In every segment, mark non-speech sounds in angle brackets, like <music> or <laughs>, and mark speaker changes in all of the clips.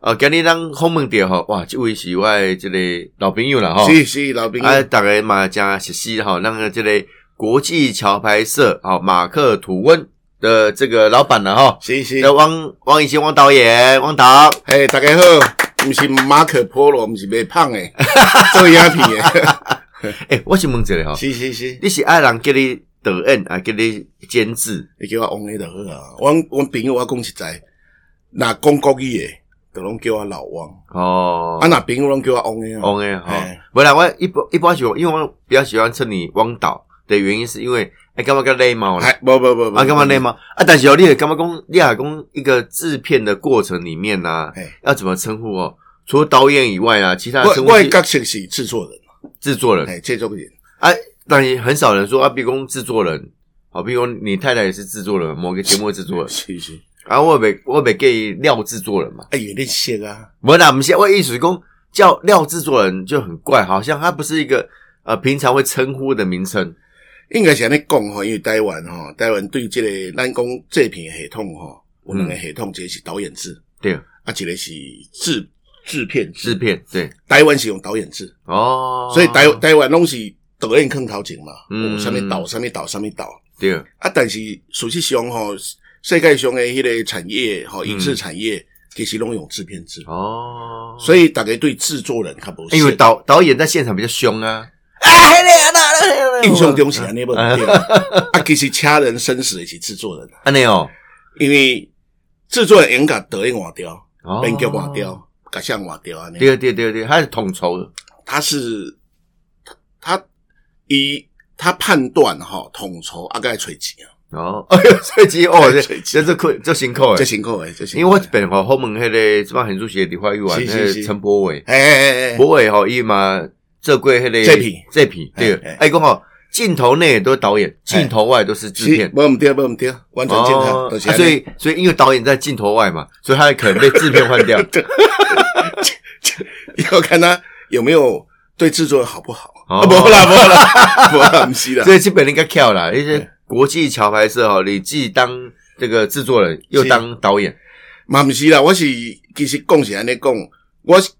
Speaker 1: 呃，今日咱访问着吼，哇，即位是我诶即个老朋友啦吼，
Speaker 2: 是是老朋友，
Speaker 1: 啊，逐个嘛诚熟悉吼，咱个即个国际桥牌社吼，马克吐温的这个老板啦吼，
Speaker 2: 是是
Speaker 1: 那，汪汪以前汪导演，汪导，
Speaker 2: 嘿，大家好，毋是马可波罗，毋是袂
Speaker 1: <laughs>
Speaker 2: 胖诶，做影片诶，
Speaker 1: 诶、我想问一下吼，
Speaker 2: 是是是，
Speaker 1: 你是爱人叫你导演啊，叫你监制，
Speaker 2: 你叫我王诶就好啊。阮阮朋友我讲实在，若讲国语诶，就拢叫我老王，
Speaker 1: 哦
Speaker 2: 啊，，若朋友拢叫我王诶
Speaker 1: 汪
Speaker 2: 哦。
Speaker 1: 诶吼
Speaker 2: 嘿，
Speaker 1: 不然我一般一般喜欢，因为我比较喜欢称你汪导的原因，是因为哎，干嘛跟累猫啦？
Speaker 2: 还无无无无，
Speaker 1: 啊，干嘛累猫啊？但是哦，你也干嘛讲？你也讲一个制片的过程里面呐、
Speaker 2: 嘿
Speaker 1: 要怎么称呼哦？除了导演以外啊，其他的
Speaker 2: 我
Speaker 1: 称呼
Speaker 2: 我的
Speaker 1: 是
Speaker 2: 角色是制作人，
Speaker 1: 制作人
Speaker 2: 哎，制作人，
Speaker 1: 啊，但也很少人说啊，比如讲制作人，好，比如说你太太也是制作人，某个节目的制作人，
Speaker 2: 是是，
Speaker 1: 啊，我也没我也没给廖制作人嘛。
Speaker 2: 哎，有点熟啊，
Speaker 1: 我啦，我们现在为艺术工叫廖制作人就很怪，好像他不是一个呃平常会称呼的名称。
Speaker 2: 应该是安尼讲吼，因为台湾吼，台湾对即、个咱讲制片的系统吼，有
Speaker 1: 嗯
Speaker 2: 两个系统，一个是导演制，
Speaker 1: 对，
Speaker 2: 啊，一个是制制片
Speaker 1: 制
Speaker 2: 制。
Speaker 1: 片对
Speaker 2: 台湾是用导演制，
Speaker 1: 哦，
Speaker 2: 所以台台湾拢是导演坑头前嘛，
Speaker 1: 嗯
Speaker 2: 有啥物导、啥物导、啥物导。
Speaker 1: 对
Speaker 2: 啊，但是事实上吼，世界上的迄个产业吼，影视产业、其实拢用制片制，
Speaker 1: 嗯哦，
Speaker 2: 所以大家对制作人较无熟。
Speaker 1: 因为导导演在现场比较凶啊，
Speaker 2: 印象中是安尼无
Speaker 1: 哦 <laughs>
Speaker 2: 对吧。啊，其实掐人生死的是制作人，
Speaker 1: 安内哦，
Speaker 2: 因为制作人应该导演换掉，
Speaker 1: 哦
Speaker 2: 编剧换，掉，甲相换掉安尼。
Speaker 1: 对对对对，他是统筹的，
Speaker 2: 他是他他以他判断哈统筹啊，该揣钱啊， <laughs>
Speaker 1: 哦，哎呦，所以其实哦，这
Speaker 2: 吹气
Speaker 1: 这这困这辛苦
Speaker 2: 这
Speaker 1: 诶，
Speaker 2: 辛苦诶，这辛
Speaker 1: 因为
Speaker 2: 苦
Speaker 1: 我
Speaker 2: 的。
Speaker 1: 本吼后门迄个这帮很主席的李焕玉啊，
Speaker 2: 是
Speaker 1: 那个
Speaker 2: 是是
Speaker 1: 陈柏伟，
Speaker 2: 哎哎哎哎，
Speaker 1: 博伟吼伊嘛做过迄个
Speaker 2: 这片
Speaker 1: 这片对
Speaker 2: 嘿嘿，
Speaker 1: 哎讲吼镜头内都是导演，镜头外都是制片
Speaker 2: 是，。无毋对，无毋对，完全健康，都是
Speaker 1: 啊
Speaker 2: 安尼
Speaker 1: 所以所以因为导演在镜头外嘛，所以他可能被制片换
Speaker 2: <laughs>
Speaker 1: 掉。
Speaker 2: 要看他有没有对制作人好不好。
Speaker 1: 哦
Speaker 2: 啊，无啦，无啦，无啦，毋是啦
Speaker 1: 所。以基本应该跳啦，一些国际桥牌社哦，你既当这个制作人，又当导演，
Speaker 2: 嘛毋是啦，我是其实讲是安尼讲，我是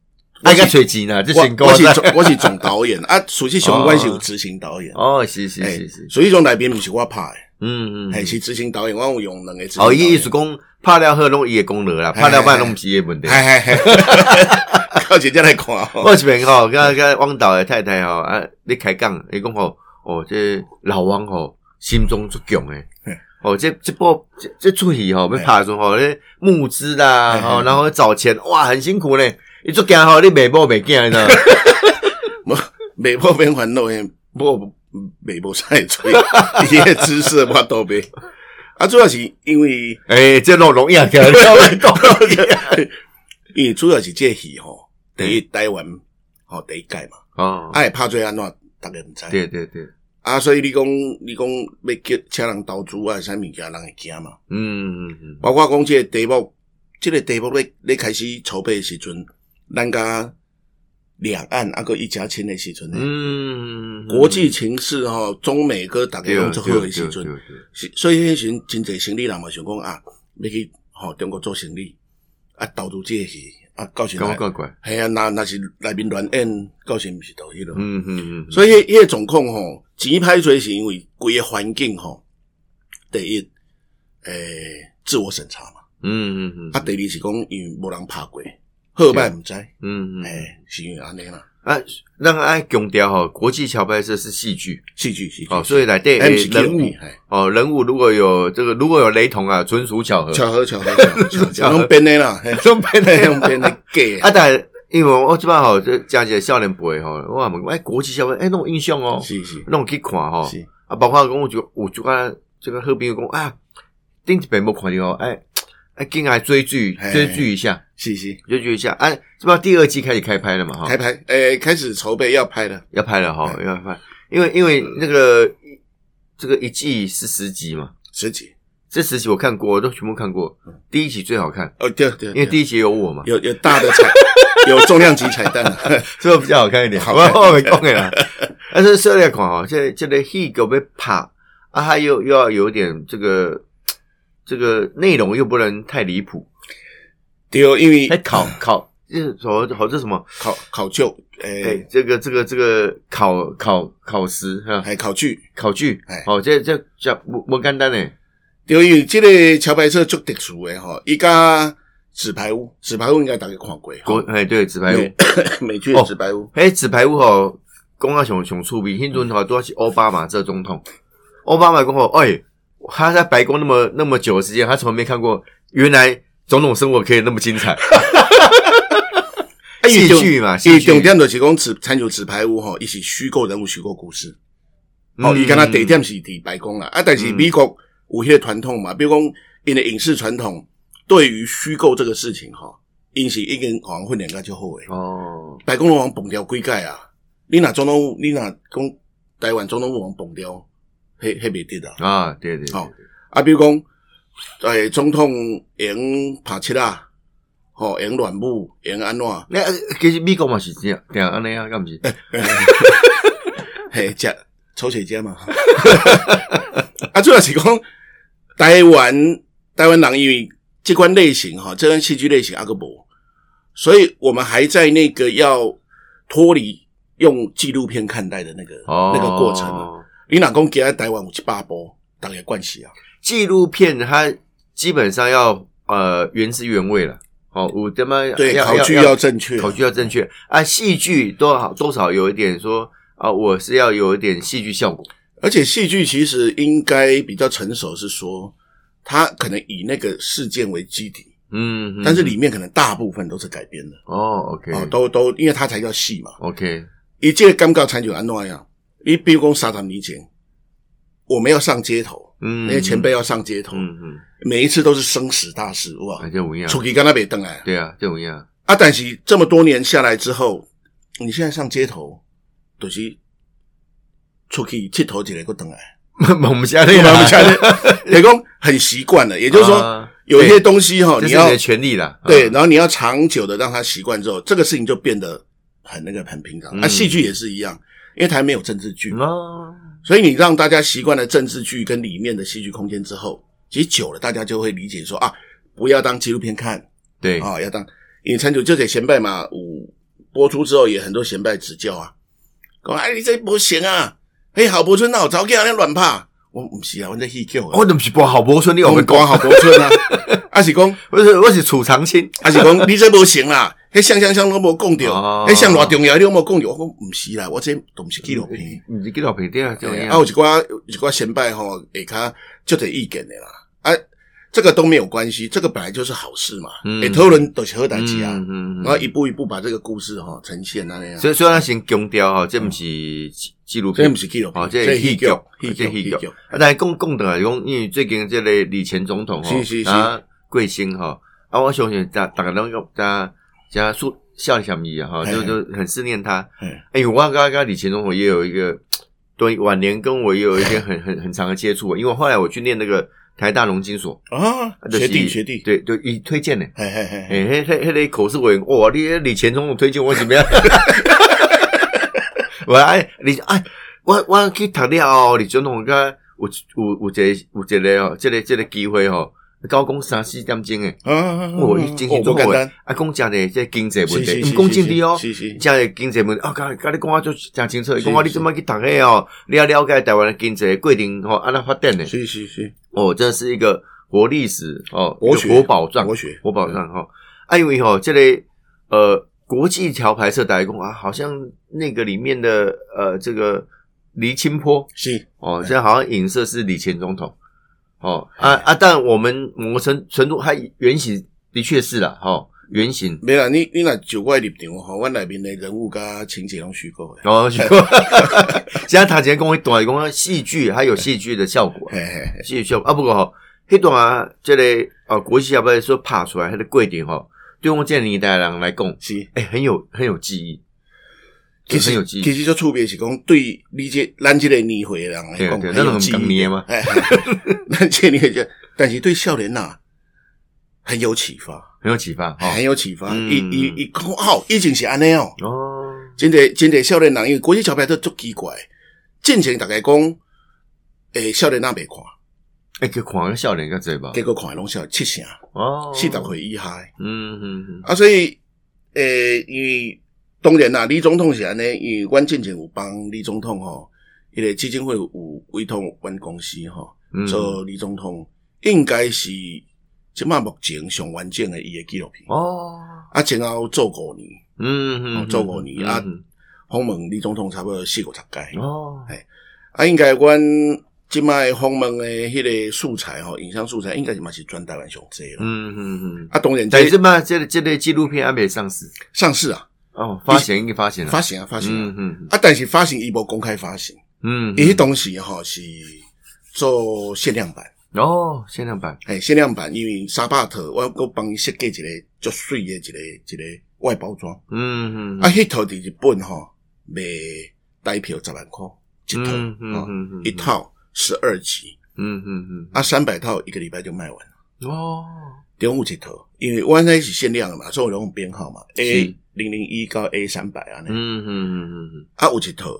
Speaker 1: 那个垂直呢，这
Speaker 2: 我
Speaker 1: 成功
Speaker 2: 我
Speaker 1: 了
Speaker 2: 是总我是总导演啊，熟悉相关是有执行导
Speaker 1: <laughs>
Speaker 2: 演。
Speaker 1: 哦，是是
Speaker 2: 哎
Speaker 1: 是是，
Speaker 2: 所以种内面毋是我拍诶，
Speaker 1: 嗯嗯
Speaker 2: 哎，
Speaker 1: 嗯。
Speaker 2: 是执行导演，我有用两个执行导
Speaker 1: 哦，
Speaker 2: 演。
Speaker 1: 伊意思讲拍了好拢伊的功劳啦，
Speaker 2: 嘿
Speaker 1: 拍了歹拢毋是伊的问题。
Speaker 2: 嗨嗨嗨， <laughs> 到时再来看哦。
Speaker 1: 我这边吼，跟跟汪导的太太吼，啊，你开讲，伊讲吼，哦，这老汪吼，心中足强诶
Speaker 2: 嗯。
Speaker 1: 哦，这这部这这出戏吼，
Speaker 2: 哎
Speaker 1: 要拍的时候吼，咧募资啦，
Speaker 2: 嗯
Speaker 1: 吼，
Speaker 2: 嗯
Speaker 1: 然后找钱，哇，很辛苦咧。伊足惊吼，你卖某卖惊，你知道吗？
Speaker 2: 未破免烦恼诶，无未无啥会
Speaker 1: <laughs>
Speaker 2: 吹，伊个姿势我都袂。啊，主要是因为，
Speaker 1: 诶，这老容易啊，
Speaker 2: <laughs> 因为主要是这个戏吼，第一台湾吼第一届嘛，
Speaker 1: 哦，
Speaker 2: 啊，会拍做安怎，逐个毋知。
Speaker 1: 对对对，
Speaker 2: 啊，所以你讲你讲要叫请人投资啊，啥物件人会惊嘛？
Speaker 1: 嗯嗯嗯，
Speaker 2: 包括讲即个题目，即、个题目咧咧开始筹备的时阵，咱甲两岸啊个一家亲的时阵呢，
Speaker 1: 嗯，
Speaker 2: 国际情势吼、中美哥大家
Speaker 1: 对
Speaker 2: 拢
Speaker 1: 对
Speaker 2: 做好
Speaker 1: 对
Speaker 2: 的时
Speaker 1: 对
Speaker 2: 阵
Speaker 1: 对，，
Speaker 2: 是所以迄时阵真侪生意人嘛想讲啊，要去吼、中国做生意，啊投资这个戏，啊到时
Speaker 1: 搞
Speaker 2: 来，
Speaker 1: 怪怪，
Speaker 2: 系啊，那那是内面乱演，到时毋是投迄落。
Speaker 1: 嗯嗯嗯，
Speaker 2: 所以迄迄个状况吼，钱歹做是因为规个环境吼，第一，诶、自我审查嘛，
Speaker 1: 嗯嗯嗯，
Speaker 2: 啊，第二是讲因为无人拍过，好歹毋知，诶、
Speaker 1: 嗯嗯。
Speaker 2: 是因为安尼啦，
Speaker 1: 啊，让爱强调吼，国际桥牌社是戏剧
Speaker 2: 戏剧戏剧，
Speaker 1: 哦，所以来对
Speaker 2: 哎不是
Speaker 1: 人
Speaker 2: 纪录
Speaker 1: 物
Speaker 2: 片哎
Speaker 1: 哦，人物如果有这个如果有雷同啊，纯属巧合。
Speaker 2: 巧合巧合
Speaker 1: <laughs>
Speaker 2: 巧合，巧合拢编的啦，嘿
Speaker 1: 拢编的
Speaker 2: 拢编的假
Speaker 1: <laughs> 啊，但因为我这边吼，就讲起少年辈吼，我问哎，国际桥牌哎，那种印象哦
Speaker 2: 的，，是是
Speaker 1: 那种去看吼，
Speaker 2: 是，
Speaker 1: 啊，包括讲我就我就看这个好朋友讲啊，顶一遍无看到哦，哎哎，进来追剧
Speaker 2: 嘿
Speaker 1: 追剧一下，
Speaker 2: 是是，
Speaker 1: 追剧一下，啊，这边第二季开始开拍了嘛哈，
Speaker 2: 开拍，诶、开始筹备要拍了，
Speaker 1: 要拍了哈，要拍，因为因为那个这个一季是十集嘛。
Speaker 2: 十几，
Speaker 1: 这十集我看过，我都全部看过。第一集最好看，
Speaker 2: 哦对嗯对，
Speaker 1: 因为第一集有我嘛，
Speaker 2: 有有大的彩， <laughs> 有重量级彩蛋，啊
Speaker 1: 所以比较好看一点。
Speaker 2: 好
Speaker 1: 我
Speaker 2: 看
Speaker 1: 我没讲的啦。但是涉猎款哦，这这个戏狗被怕啊，它又又要有点这个这个内容又不能太离谱。
Speaker 2: <laughs> 对，因为
Speaker 1: 还考考，就是所好 <coughs> 这什么？
Speaker 2: 考考究，
Speaker 1: 哎、
Speaker 2: 诶，
Speaker 1: 这个这个这个考考考实哈，
Speaker 2: 还考据，
Speaker 1: 考据
Speaker 2: 哎，
Speaker 1: 哦，这这这不不简单呢。
Speaker 2: 对，因为这个桥牌社足特殊诶吼，伊甲纸牌屋，纸牌屋应该大家看过，
Speaker 1: 国
Speaker 2: 吼
Speaker 1: 哎对，纸牌屋
Speaker 2: 美， <coughs> 美剧的纸牌屋，
Speaker 1: 哎，纸牌屋吼，讲啊熊熊出名，听说吼都要是奥巴马这总统，奥巴马讲吼，哎、他在白宫那么那么久的时间，他从来没看过原来总统生活可以那么精
Speaker 2: <laughs>
Speaker 1: 彩。戏剧嘛，戏
Speaker 2: 伊
Speaker 1: 剧
Speaker 2: 哎重点就是讲纸，参有纸牌屋吼，伊是虚构人物、虚构故事。哦，
Speaker 1: 嗯
Speaker 2: 伊敢若地点是伫白宫啦，啊，但是美国有迄个传统嘛，比如讲因的影视传统对于虚构这个事情吼，因是已经好像训练较就好诶。
Speaker 1: 哦，
Speaker 2: 白宫拢往崩掉几届啊！你若总统，你若讲台湾总统有往崩掉，迄迄袂得啊！
Speaker 1: 啊，对对对，
Speaker 2: 哦啊，比如讲，诶、总统用拍七啊，吼、用乱舞，用安怎？
Speaker 1: 那、呃其实美国嘛是这样，这样安尼啊，干不
Speaker 2: 哎
Speaker 1: 是？
Speaker 2: 嘿，食抽水间嘛。啊，主要是讲台湾台湾人因为这款类型哈，这款戏剧类型阿个啊无，所以我们还在那个要脱离用纪录片看待的那个、
Speaker 1: 哦，
Speaker 2: 那个过程啊。你老公给他台湾有一百波，大概关系啊。
Speaker 1: 纪录片它基本上要呃原汁原味了。哦，我他妈
Speaker 2: 对，
Speaker 1: 要
Speaker 2: 考据
Speaker 1: 要
Speaker 2: 要正确，
Speaker 1: 考据要正确啊，戏剧多少多少有一点说啊，我是要有一点戏剧效果。
Speaker 2: 而且戏剧其实应该比较成熟，是说它可能以那个事件为基底，
Speaker 1: 嗯，嗯
Speaker 2: 但是里面可能大部分都是改编的
Speaker 1: 哦，OK，
Speaker 2: 啊，都都因为它才叫戏嘛。
Speaker 1: OK，
Speaker 2: 一届感觉参就安怎样？你比如讲三十年前，我们要上街头，
Speaker 1: 嗯，
Speaker 2: 那些前辈，要上街头，
Speaker 1: 嗯嗯，
Speaker 2: 每一次都是生死大事，哇
Speaker 1: 啊，，这种样，
Speaker 2: 出去跟他别等来
Speaker 1: 对啊，这种
Speaker 2: <laughs>
Speaker 1: 样，
Speaker 2: 啊！但是这么多年下来之后，你现在上街头，都、就是出去剃头几个个等来，
Speaker 1: 我们家那 <laughs>
Speaker 2: 对
Speaker 1: 个，
Speaker 2: 吧？我讲，也讲很习惯了，也就是说，
Speaker 1: 啊
Speaker 2: 有一些东西哈，
Speaker 1: 这
Speaker 2: 你
Speaker 1: 是你
Speaker 2: 要
Speaker 1: 的权利啦。啊
Speaker 2: 对，然后你要长久的让他习惯之后，这个事情就变得很那个很平常。
Speaker 1: 嗯
Speaker 2: 那戏剧也是一样，因为台没有政治剧，
Speaker 1: 哦，
Speaker 2: 所以你让大家习惯了政治剧跟里面的戏剧空间之后，其实久了大家就会理解说啊，不要当纪录片看
Speaker 1: 对，
Speaker 2: 啊、要当因为陈九就给贤拜嘛，五播出之后也很多贤拜指教啊，讲哎你这不行啊，嘿郝柏村那我早给人家乱怕，我不是啊，我在戏剧啊，
Speaker 1: 我怎么是播好播村？你有
Speaker 2: 我
Speaker 1: 没
Speaker 2: 们
Speaker 1: 有讲
Speaker 2: 讲郝柏村啊， <laughs> 啊是讲
Speaker 1: 不是，我是储藏青。
Speaker 2: 啊是讲你这不行
Speaker 1: <laughs>
Speaker 2: 啦，迄像像像都无讲
Speaker 1: 哦
Speaker 2: 着，迄像偌重要你都无讲着，我讲不是啦，我这都不是纪录片。
Speaker 1: 嗯，你给老平对啊，这种
Speaker 2: 欸
Speaker 1: 样
Speaker 2: 啊，。有一寡有一寡先辈吼，会较就得意见的啦。啊，这个都没有关系，这个本来就是好事嘛。
Speaker 1: 嗯
Speaker 2: 诶，讨论都是好代志啊。
Speaker 1: 嗯
Speaker 2: 然后一步一步把这个故事哈呈现啊那样。
Speaker 1: 所以，所以咱先强调哈，这不是纪纪录
Speaker 2: 嗯这
Speaker 1: 片
Speaker 2: 不，是纪录
Speaker 1: 哦
Speaker 2: 片，
Speaker 1: 这是
Speaker 2: 是戏剧，
Speaker 1: 戏剧戏
Speaker 2: 戏
Speaker 1: 剧
Speaker 2: 剧，戏剧。
Speaker 1: 啊，但共共的讲，因为最近这个李前总统吼
Speaker 2: 是是，是
Speaker 1: 啊，贵姓吼，啊，我相信大大家拢用大家素笑小米啊哈，
Speaker 2: 嘿
Speaker 1: 就就很思念他。
Speaker 2: 嘿
Speaker 1: 哎、我刚刚跟李前总统也有一个对晚年跟我也有一些很很很长的接触，啊因为后来我去念那个台大农经所，
Speaker 2: 啊，
Speaker 1: 啊就是
Speaker 2: 学弟学弟，
Speaker 1: 对对，一推荐呢。
Speaker 2: 嘿嘿嘿嘿，
Speaker 1: 哎、嘿，嘿，嘿，那口试委员，哇，你那李前总统推荐我怎么样？ <laughs> 我哎，你哎，我我去读了哦，李总统个有有有一个有一个哦，这个这个机会哦，高工三四点钟诶，
Speaker 2: 啊啊，啊
Speaker 1: 我
Speaker 2: 啊
Speaker 1: 真心
Speaker 2: 哦不
Speaker 1: 做
Speaker 2: 简
Speaker 1: 过
Speaker 2: 单
Speaker 1: 诶，，啊，讲真诶，这经济哎问
Speaker 2: 是
Speaker 1: 题，
Speaker 2: 是
Speaker 1: 唔
Speaker 2: 是
Speaker 1: 讲
Speaker 2: 是
Speaker 1: 政治哦。
Speaker 2: 是是，
Speaker 1: 真个经济问题，啊，甲甲你讲啊，就真清楚。伊
Speaker 2: 是
Speaker 1: 讲啊，你
Speaker 2: 是
Speaker 1: 即摆去读迄哦，你要了解台湾的经济的过程吼，安、怎发展的
Speaker 2: 是是是，
Speaker 1: 哦，这是一个活历史哦，
Speaker 2: 国
Speaker 1: 一个
Speaker 2: 学
Speaker 1: 国宝藏，
Speaker 2: 国学
Speaker 1: 国宝藏哈。啊，因为吼，这类、呃国际桥牌社打工啊，好像那个里面的呃这个黎清坡
Speaker 2: 是
Speaker 1: 哦，这好像影射是李前总统哦啊啊，但我们某程程度它原型的确是啦，哦，原型
Speaker 2: 没啦，你你若就我的立场吼，我内面的人物甲情节拢虚构的。
Speaker 1: 哦，是 <laughs> 现在他今天跟我短讲戏剧，还有戏剧的效果，
Speaker 2: 嘿嘿嘿，
Speaker 1: 戏剧效果啊。不过吼、迄段啊，这个呃国际小不说拍出来，迄个过程吼，对我们这个年代的人来讲，
Speaker 2: 是。
Speaker 1: 哎、很有很有记忆，
Speaker 2: 其
Speaker 1: 很有
Speaker 2: 实
Speaker 1: 记
Speaker 2: 其
Speaker 1: 忆。
Speaker 2: 实就特别是讲对理解咱这个年会的人来讲，
Speaker 1: 对对
Speaker 2: 很
Speaker 1: 咱
Speaker 2: 有
Speaker 1: 们
Speaker 2: 记
Speaker 1: 当
Speaker 2: 忆
Speaker 1: 年
Speaker 2: 的
Speaker 1: 嘛。
Speaker 2: 哎咱这个年纪但是对少年呐很有启发，
Speaker 1: 很有启发哈
Speaker 2: 很。有启发。
Speaker 1: 嗯
Speaker 2: 一一一看哦，以前是安尼哦，
Speaker 1: 哦，
Speaker 2: 真的真的少年人，因为国际桥牌都足奇怪，进前大家讲，诶，少年人未看，
Speaker 1: 哎、去看个少年较济吧。
Speaker 2: 结果看的拢少七成，
Speaker 1: 哦，
Speaker 2: 四十岁以下的。
Speaker 1: 嗯嗯嗯，
Speaker 2: 啊，所以诶、因为当然啦，李总统是安尼，因为阮进前有帮李总统吼，迄、个基金会有委托阮公司吼、
Speaker 1: 嗯
Speaker 2: 做李总统，应该是即马目前上完整的伊的纪录片。
Speaker 1: 哦，
Speaker 2: 啊，前后做五年，
Speaker 1: 嗯
Speaker 2: 哦
Speaker 1: 嗯，
Speaker 2: 做五年啊
Speaker 1: 嗯
Speaker 2: 访问李总统差不多四五十届。
Speaker 1: 哦，
Speaker 2: 啊，应该阮即摆访问的迄个素材吼，影像素材应该是嘛是全台湾上济咯。
Speaker 1: 嗯嗯嗯，
Speaker 2: 啊，当然
Speaker 1: 但
Speaker 2: 这
Speaker 1: 是嘛，这这类纪录片还没上市
Speaker 2: 上市啊，
Speaker 1: 哦，发行应该发行了，
Speaker 2: 发行啊，发行啊。
Speaker 1: 嗯嗯
Speaker 2: 啊，但是发行伊无公开发行，
Speaker 1: 嗯，
Speaker 2: 伊迄当时吼是做限量版，
Speaker 1: 哦，限量版，
Speaker 2: 哎，限量版，因为沙巴特我我帮伊设计一个足水的一个一个外包装，
Speaker 1: 嗯嗯，
Speaker 2: 啊，迄套伫日本吼卖台票十万箍一套，
Speaker 1: 嗯嗯
Speaker 2: 哦
Speaker 1: 嗯嗯
Speaker 2: 一套十二集，
Speaker 1: 嗯嗯
Speaker 2: 啊，三百套一个礼拜就卖完了。
Speaker 1: 嗯，哦，
Speaker 2: 中午一套，因为我那是限量的嘛，所以我用编号嘛
Speaker 1: 是
Speaker 2: ，A 零零一到 A 三百啊，那
Speaker 1: 嗯嗯嗯
Speaker 2: 啊有一套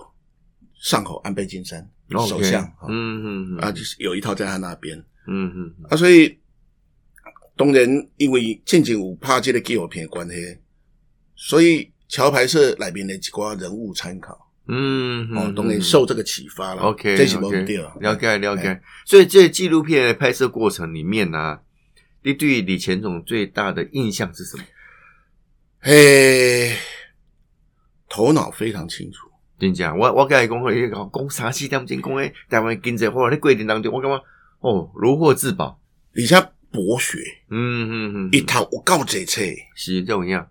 Speaker 2: 上口安倍晋三
Speaker 1: 嗯，
Speaker 2: 首相
Speaker 1: 嗯嗯嗯，
Speaker 2: 啊，就是有一套在他那边
Speaker 1: 嗯嗯
Speaker 2: 啊，所以当然因为近前有拍这个纪录片的关系，所以桥牌社内面的一寡人物参考
Speaker 1: 嗯，
Speaker 2: 哦，当然受这个启发了。
Speaker 1: OK，
Speaker 2: 这是无
Speaker 1: OK，
Speaker 2: 对啊，
Speaker 1: 了解了解。所以这纪录片的拍摄过程里面呢、你对李前总最大的印象是什么？
Speaker 2: 嘿，头脑非常清楚。
Speaker 1: 真正，我我跟你讲，会讲讲三四点钟，讲诶台湾经济或者过程当中，我感觉哦如获至宝。
Speaker 2: 而且博学，
Speaker 1: 嗯嗯嗯，
Speaker 2: 一套有够侪册，
Speaker 1: 是这种样。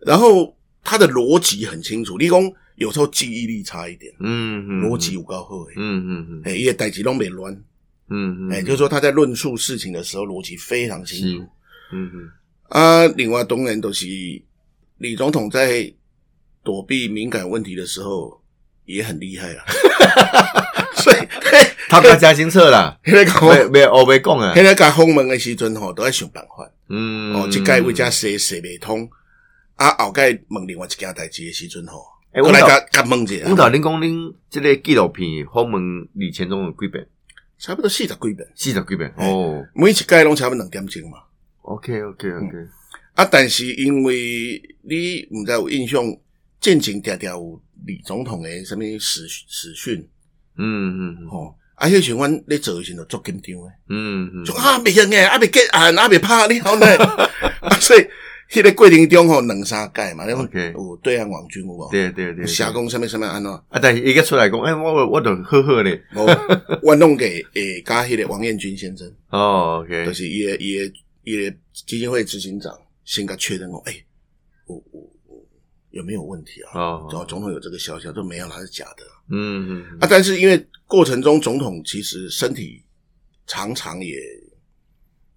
Speaker 2: 然后他的逻辑很清楚。你讲有时候记忆力差一点，
Speaker 1: 嗯嗯，
Speaker 2: 逻辑有够好诶，
Speaker 1: 嗯嗯嗯
Speaker 2: 哎，伊个代志拢袂乱，
Speaker 1: 嗯嗯，
Speaker 2: 哎，就是说他在论述事情的时候逻辑非常清楚
Speaker 1: 是。嗯嗯
Speaker 2: 啊，另外当然都是李总统在躲避敏感问题的时候也很
Speaker 1: <laughs>
Speaker 2: 厉害啊，所以
Speaker 1: 他不加行测啦，
Speaker 2: 迄个讲，
Speaker 1: 没没我没讲啊。
Speaker 2: 迄个讲访问的时阵吼，都要想办法。
Speaker 1: 嗯，
Speaker 2: 哦，即届为遮说说袂通，啊，后届问另外一件代志的时阵吼，
Speaker 1: 哎
Speaker 2: 过
Speaker 1: 我
Speaker 2: 来
Speaker 1: 倒
Speaker 2: 甲甲问啊者
Speaker 1: 我，头恁讲恁这个纪录片访问李前总有几遍？
Speaker 2: 差不多四十几遍，
Speaker 1: 四十几遍
Speaker 2: 嘿
Speaker 1: 哦。
Speaker 2: 每一届拢差不多两点钟嘛。
Speaker 1: OK OK OK，
Speaker 2: 啊，但是因为你毋知有印象，进前定定有李总统的什物死死讯
Speaker 1: 嗯嗯
Speaker 2: 吼，啊，迄时阵阮咧做的时阵就足紧张诶，
Speaker 1: 嗯嗯
Speaker 2: 就啊袂用诶，啊袂结案，啊袂拍，
Speaker 1: <laughs>
Speaker 2: 你好呢，啊所以。迄个过程中吼，两三届嘛，你看
Speaker 1: OK
Speaker 2: 有对岸网军有无？
Speaker 1: 对对对，
Speaker 2: 有社工什么什
Speaker 1: <laughs>
Speaker 2: 么安怎？
Speaker 1: 啊，但是伊个出来讲，哎，我我都呵呵咧，
Speaker 2: 无，我弄给诶，加迄个王彦军先生，
Speaker 1: 哦
Speaker 2: 就
Speaker 1: ，OK，
Speaker 2: 是伊诶伊诶伊诶基金会执行长，先甲确认我，诶、我我我有没有问题啊？
Speaker 1: 哦，
Speaker 2: 然后总统有这个消息，都没有，他是假的
Speaker 1: 嗯嗯
Speaker 2: 啊。但是因为过程中，总统其实身体常常也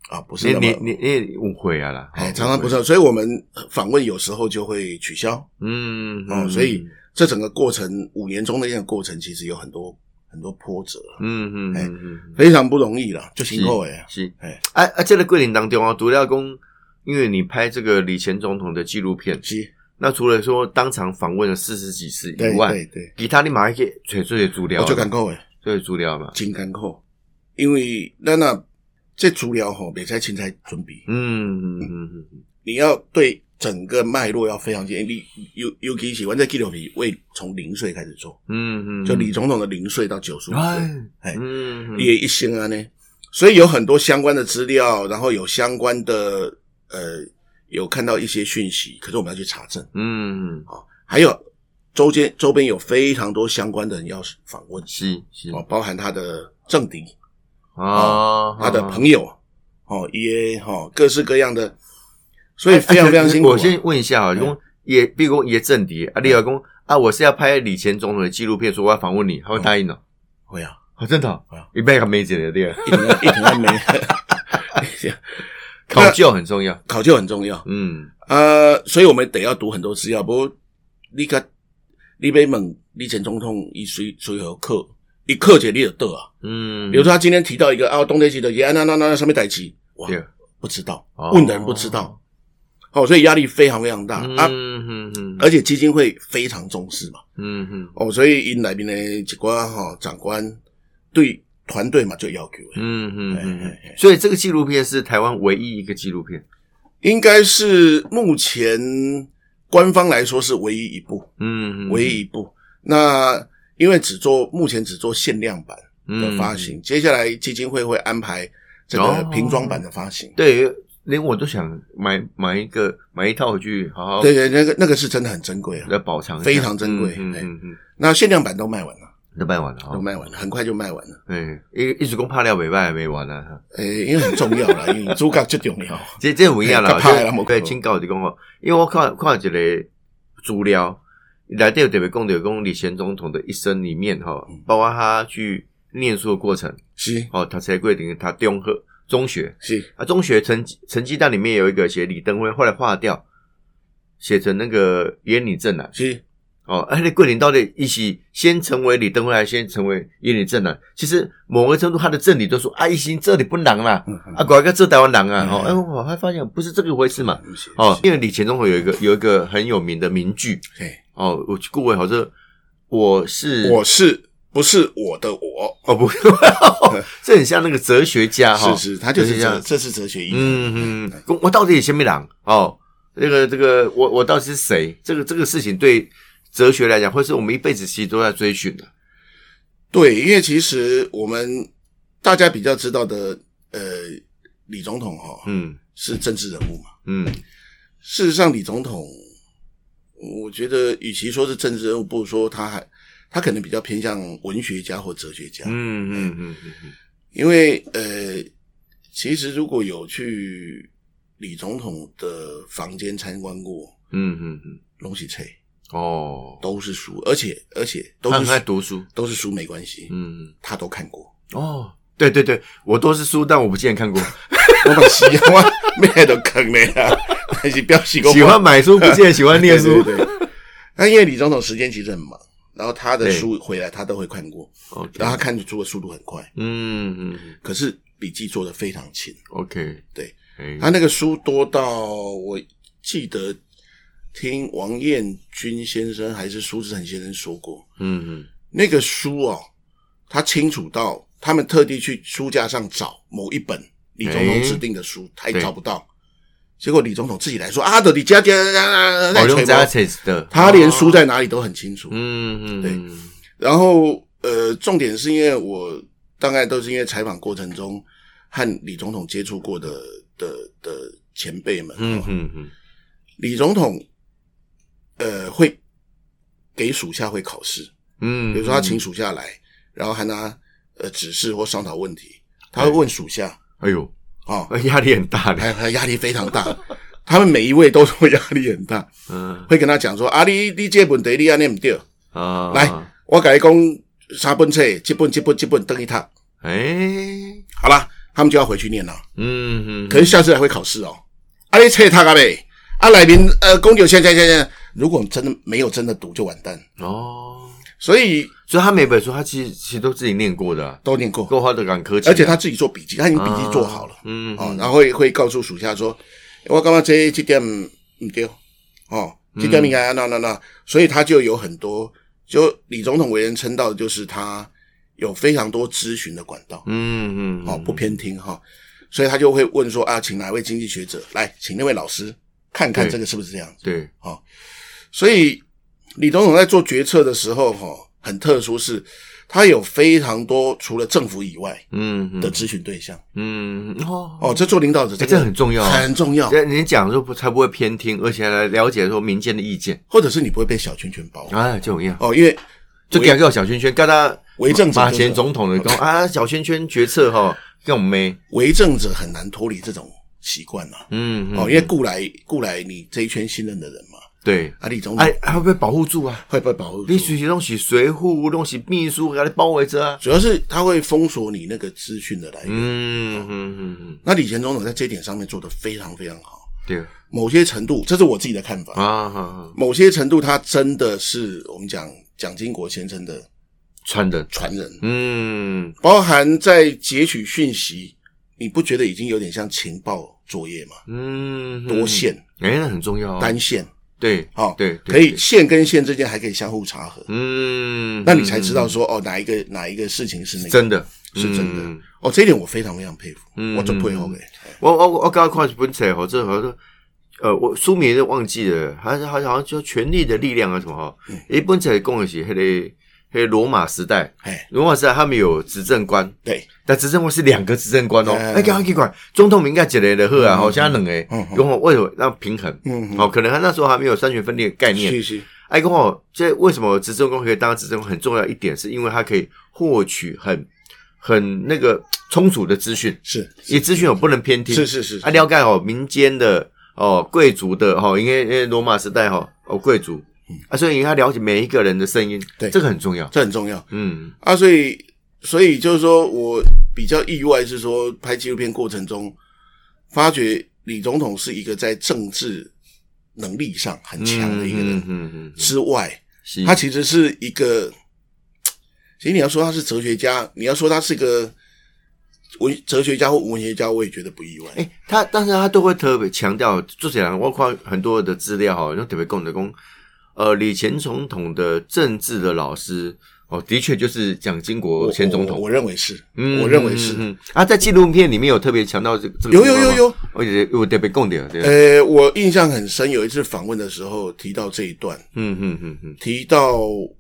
Speaker 2: 啊不是
Speaker 1: 你
Speaker 2: 那
Speaker 1: 你
Speaker 2: 么，
Speaker 1: 你你误会啊啦，
Speaker 2: 哎，常常不是，所以我们访问有时候就会取消。
Speaker 1: 嗯，
Speaker 2: 哦，所以这整个过程五年中的那个过程，其实有很多很多波折，
Speaker 1: 嗯嗯嗯，
Speaker 2: 非常不容易啦，就辛苦诶。
Speaker 1: 是，
Speaker 2: 哎，
Speaker 1: 啊啊，这个桂林当中啊，独料公，因为你拍这个李前总统的纪录片，
Speaker 2: 是，
Speaker 1: 那除了说当场访问了四十几次
Speaker 2: 对
Speaker 1: 以外，
Speaker 2: 对哦对，
Speaker 1: 其他你马上去找出的资料，
Speaker 2: 我最艰苦诶，
Speaker 1: 这资料嘛，
Speaker 2: 真艰苦，因为咱啊，这资料吼，袂使凊彩准备，
Speaker 1: 嗯嗯嗯
Speaker 2: 你要对整个脉络要非常清，你尤尤其喜欢在纪录片为从零岁开始做，
Speaker 1: 嗯嗯，
Speaker 2: 就李总统的零岁到九十五
Speaker 1: 哎
Speaker 2: 岁，，
Speaker 1: 嗯，
Speaker 2: 也一生啊呢，所以有很多相关的资料，然后有相关的呃，有看到一些讯息，可是我们要去查证，
Speaker 1: 嗯，
Speaker 2: 还有周间周边有非常多相关的人要访问，
Speaker 1: 是是
Speaker 2: 哦，包含他的政敌。
Speaker 1: 啊
Speaker 2: 他的朋友哦，EA 哈，各式各样的，所以非常非常辛苦
Speaker 1: 哎
Speaker 2: 啊。
Speaker 1: 我先问一下啊，
Speaker 2: 嗯
Speaker 1: 用也，比如说也政敌啊，李老公啊，我是要拍李前总统的纪录片，说我要访问你，他会答应的。
Speaker 2: 会啊，
Speaker 1: 啊，真的哦
Speaker 2: 啊，
Speaker 1: 一辈个没解的这个啊
Speaker 2: 一点一点都没。 <laughs>
Speaker 1: 考究很重要。
Speaker 2: 考究很重要，
Speaker 1: 嗯
Speaker 2: 呃，所以我们得要读很多资料。不过你个你被问李前总统伊随随何课，一课解你就得啊。
Speaker 1: 嗯，
Speaker 2: 比如说他今天提到一个啊，东天系的也那那那那什么代志，哇
Speaker 1: 对，啊
Speaker 2: 不知道
Speaker 1: 哦，
Speaker 2: 问的人不知道，哦，所以压力非常非常大
Speaker 1: 嗯
Speaker 2: 啊。
Speaker 1: 嗯嗯
Speaker 2: 而且基金会非常重视嘛。
Speaker 1: 嗯嗯
Speaker 2: 哦，所以因内面的一寡吼长官对团队嘛最要求的，
Speaker 1: 嗯嗯嗯
Speaker 2: 嘿
Speaker 1: 嗯
Speaker 2: 嘿嘿，
Speaker 1: 所以这个纪录片是台湾唯一一个纪录片，
Speaker 2: 应该是目前官方来说是唯一一部，
Speaker 1: 嗯，嗯
Speaker 2: 唯一一部。那因为只做目前只做限量版的发，
Speaker 1: 嗯
Speaker 2: 行，接下来基金会会安排这个
Speaker 1: 哦
Speaker 2: 瓶装版的发行。
Speaker 1: 对，连我都想买买一个买一套回去，好好
Speaker 2: 对对，那个那个是真的很珍贵啊。
Speaker 1: 来保藏一下，
Speaker 2: 非常珍贵
Speaker 1: 嗯
Speaker 2: 哎
Speaker 1: 嗯嗯，
Speaker 2: 那限量版都卖完了，
Speaker 1: 嗯都卖完了啊
Speaker 2: 都，卖完了，很快就卖完了。
Speaker 1: 哎，一一直讲拍了尾巴还没完呢。哈
Speaker 2: 诶，因为很重要
Speaker 1: <laughs>
Speaker 2: 啦，因为主角最重要。
Speaker 1: 这这有影
Speaker 2: <laughs>
Speaker 1: 啦，
Speaker 2: 嘿较歹啦
Speaker 1: 这对，
Speaker 2: 无可能
Speaker 1: 请教就讲哦，因为我看看一个资料，来有特别讲到讲李前总统的一生里面哈，
Speaker 2: 嗯
Speaker 1: 包括他去念书的过程，
Speaker 2: 是
Speaker 1: 哦，他才规定他中和中学
Speaker 2: 是，
Speaker 1: 啊，中学成绩成绩单里面有一个写李登辉，后来划掉，写成那个耶里正男
Speaker 2: 是
Speaker 1: 哦，而且桂林到底一起先成为李登辉，还是先成为耶里正男？其实某个程度，他的政理都说啊，一心这里不能啦，
Speaker 2: 嗯
Speaker 1: 啊，拐个这台湾人啊，
Speaker 2: 嗯
Speaker 1: 哦，哎，我还发现不是这个回事嘛，
Speaker 2: 嗯是
Speaker 1: 哦，
Speaker 2: 是
Speaker 1: 因为李前总统有一个有一个很有名的名句，
Speaker 2: 嘿
Speaker 1: 哦，我顾伟好像我是
Speaker 2: 我是不是我的我？
Speaker 1: 哦不， <laughs> 这很像那个哲学家哈，
Speaker 2: 是是，他就是
Speaker 1: 就是啊哦这样
Speaker 2: 哲，这是哲学意义。
Speaker 1: 嗯嗯，我我到底有什么人哦？这个这个，我我到底是谁？这个这个事情对哲学来讲，或是我们一辈子其实都在追寻的，
Speaker 2: 对，因为其实我们大家比较知道的，呃，李总统哦哈、
Speaker 1: 嗯
Speaker 2: 是政治人物嘛。
Speaker 1: 嗯
Speaker 2: 事实上，李总统，我觉得与其说是政治人物，不如说他还他可能比较偏向文学家或哲学家，
Speaker 1: 嗯嗯嗯嗯
Speaker 2: 因为呃，其实如果有去李总统的房间参观过，
Speaker 1: 嗯嗯嗯，
Speaker 2: 龙喜翠
Speaker 1: 哦，
Speaker 2: 都是书，而且而且都
Speaker 1: 他
Speaker 2: 是
Speaker 1: 很爱
Speaker 2: 书
Speaker 1: 读书，
Speaker 2: 都是书没关系，
Speaker 1: 嗯。
Speaker 2: 他都看过。
Speaker 1: 哦，对对对，我都是书，但我不见
Speaker 2: <laughs>
Speaker 1: 看过。
Speaker 2: 我嘛是啊， <laughs> 我咩都坑你啦，但是表示讲
Speaker 1: 喜欢买书不见，喜欢念书。
Speaker 2: <laughs> 对对对那因为李总统时间其实很忙，然后他的
Speaker 1: 对
Speaker 2: 书回来他都会看过，
Speaker 1: OK，
Speaker 2: 然后他看书的速度很快，
Speaker 1: 嗯嗯
Speaker 2: 可是笔记做的非常勤。
Speaker 1: ，OK，
Speaker 2: 对
Speaker 1: 哎，
Speaker 2: 他那个书多到我记得听王彦军先生还是苏志恒先生说过，
Speaker 1: 嗯
Speaker 2: 那个书哦，他清楚到他们特地去书架上找某一本李总统指定的书，他也
Speaker 1: 对
Speaker 2: 找不到。结果李总统自己来说啊，的李家家啊，
Speaker 1: 嗯，
Speaker 2: 在
Speaker 1: 我
Speaker 2: 吹
Speaker 1: 用
Speaker 2: 毛
Speaker 1: Zatis 的，
Speaker 2: 他连书在哪里都很清楚。
Speaker 1: 嗯嗯，
Speaker 2: 对
Speaker 1: 嗯
Speaker 2: 然后呃，重点是因为我大概都是因为采访过程中和李总统接触过的的的前辈们，哦
Speaker 1: 嗯嗯嗯，
Speaker 2: 李总统呃会给属下会考试，
Speaker 1: 嗯，
Speaker 2: 比如说他请，属下来，然后和他呃指示或商讨问题，他会问属下
Speaker 1: 哎呦，
Speaker 2: 啊，
Speaker 1: 哎 <laughs> 压力很大的，
Speaker 2: 还还压力非常大， <laughs> 他们每一位都说压力很大，
Speaker 1: 嗯
Speaker 2: 会跟他讲说啊，你你这本题你安尼唔对，
Speaker 1: 啊，
Speaker 2: 来，我甲你讲三本册，这本这本这本等于他，
Speaker 1: 哎，
Speaker 2: 好啦，他们就要回去念了。
Speaker 1: 嗯嗯，
Speaker 2: 可是下次还会考试哦，啊，你册他啊呗，啊，来宾呃，公牛现在现在，如果真的没有真的读就完蛋，
Speaker 1: 哦，
Speaker 2: 所以
Speaker 1: 所以他每本书他其实其实都自己念过的啊，
Speaker 2: 都念过，
Speaker 1: 够花的敢科技啊，
Speaker 2: 而且他自己做笔记，他已经笔记做好了
Speaker 1: 啊，嗯，
Speaker 2: 哦，
Speaker 1: 嗯
Speaker 2: 然后会会告诉属下说，我刚刚这这点唔对，哦，
Speaker 1: 嗯
Speaker 2: 这点应该那那那，所以他就有很多，就李总统为人称道的就是他有非常多咨询的管道，
Speaker 1: 嗯嗯，
Speaker 2: 哦，不偏听哈、所以他就会问说啊，请哪位经济学者来，请那位老师看看
Speaker 1: 对
Speaker 2: 这个是不是这样子。
Speaker 1: 对，
Speaker 2: 所以李总统在做决策的时候，哈、很特殊是，他有非常多除了政府以外
Speaker 1: 嗯嗯
Speaker 2: 的咨询对象。
Speaker 1: 嗯哦
Speaker 2: 哦，这做领导者这
Speaker 1: 这
Speaker 2: 个
Speaker 1: 很重要啊
Speaker 2: 很重要，
Speaker 1: 这你讲就不才不会偏听，而且来了解说民间的意见
Speaker 2: 或者是你不会被小圈圈包围。
Speaker 1: 啊，就一样，
Speaker 2: 哦，因为
Speaker 1: 就给个小圈圈，跟他
Speaker 2: 为政者
Speaker 1: 马
Speaker 2: 就是
Speaker 1: 前总统的讲啊，小圈圈决策哈，跟我们没，
Speaker 2: 为政者很难脱离这种习惯呐、
Speaker 1: 嗯，嗯
Speaker 2: 哦，因为故来故来你这一圈信任的人嘛，
Speaker 1: 对，
Speaker 2: 啊，李总统
Speaker 1: 哎，还会被保护住啊，
Speaker 2: 会被保护住。
Speaker 1: 你随时东西随护，东西秘书给他包围着啊，
Speaker 2: 主要是他会封锁你那个资讯的来源。
Speaker 1: 嗯嗯嗯嗯，
Speaker 2: 那李前总统在这一点上面做得非常非常好，
Speaker 1: 对
Speaker 2: 某些程度，这是我自己的看法。
Speaker 1: 啊，哈哈
Speaker 2: 某些程度，他真的是我们讲蒋经国先生的
Speaker 1: 传人，
Speaker 2: 传人，
Speaker 1: 嗯，
Speaker 2: 包含在截取讯息，你不觉得已经有点像情报作业吗？
Speaker 1: 嗯，
Speaker 2: 多线、
Speaker 1: 哎，那很重要啊，
Speaker 2: 单线，
Speaker 1: 对，
Speaker 2: 哦，
Speaker 1: 对，对
Speaker 2: 可以
Speaker 1: 对
Speaker 2: 线跟线之间还可以相互查核，
Speaker 1: 嗯，
Speaker 2: 那你才知道说哦，哪一个哪一个事情是那个
Speaker 1: 真的，
Speaker 2: 是真的。
Speaker 1: 嗯
Speaker 2: 哦，这一点我非常非常佩服，
Speaker 1: 嗯
Speaker 2: 我就佩服诶。
Speaker 1: 我我我刚刚看一本册，好这好像呃，我书名都忘记了，好像好像叫《权力的力量》啊什么哈。一本册讲的是那个那个罗马时代，
Speaker 2: 哎，
Speaker 1: 罗马时代他们有执政官，
Speaker 2: 对，
Speaker 1: 但执政官是两个执政官哦。
Speaker 2: 嗯
Speaker 1: 哎，刚刚去管总统应该几个的好啊，
Speaker 2: 嗯
Speaker 1: 好像冷哎
Speaker 2: 嗯，
Speaker 1: 然
Speaker 2: 嗯
Speaker 1: 后为什么让平衡？
Speaker 2: 嗯，
Speaker 1: 哦，可能他那时候还没有三权分立的概念。
Speaker 2: 是是，
Speaker 1: 哎，跟我这为什么执政官可以当执政官很重要一点，是因为他可以获取很很那个充足的资讯，
Speaker 2: 是
Speaker 1: 也资讯我不能偏听。
Speaker 2: 是是是，
Speaker 1: 啊，了解哦，民间的哦，贵族的哦，因为因为罗马时代哦，哦贵族啊，所以他了解每一个人的声音，
Speaker 2: 嗯对
Speaker 1: 这个很重要。
Speaker 2: 这很重要
Speaker 1: 嗯
Speaker 2: 啊。所以，所以就是说我比较意外是说，拍纪录片过程中，发觉李总统是一个在政治能力上很强的一个
Speaker 1: 嗯
Speaker 2: 人
Speaker 1: 嗯嗯，
Speaker 2: 之外，
Speaker 1: 是
Speaker 2: 他其实是一个，其实你要说他是哲学家，你要说他是个文哲学家或文学家，我也觉得不意外。
Speaker 1: 哎、他但是他都会特别强调，作者包括很多的资料哈，就特别供的供，呃，李前总统的政治的老师哦，的确就是蒋经国
Speaker 2: 我
Speaker 1: 前总
Speaker 2: 我
Speaker 1: 统，
Speaker 2: 我认为是，
Speaker 1: 嗯，
Speaker 2: 我认为
Speaker 1: 嗯
Speaker 2: 是。
Speaker 1: 嗯嗯啊，在纪录片里面有特别强调这个这个
Speaker 2: 有
Speaker 1: 地
Speaker 2: 有
Speaker 1: 方吗
Speaker 2: 有，有，
Speaker 1: 我也我特别供点，对，
Speaker 2: 呃，我印象很深，有一次访问的时候提到这一段，
Speaker 1: 嗯嗯嗯嗯
Speaker 2: 提到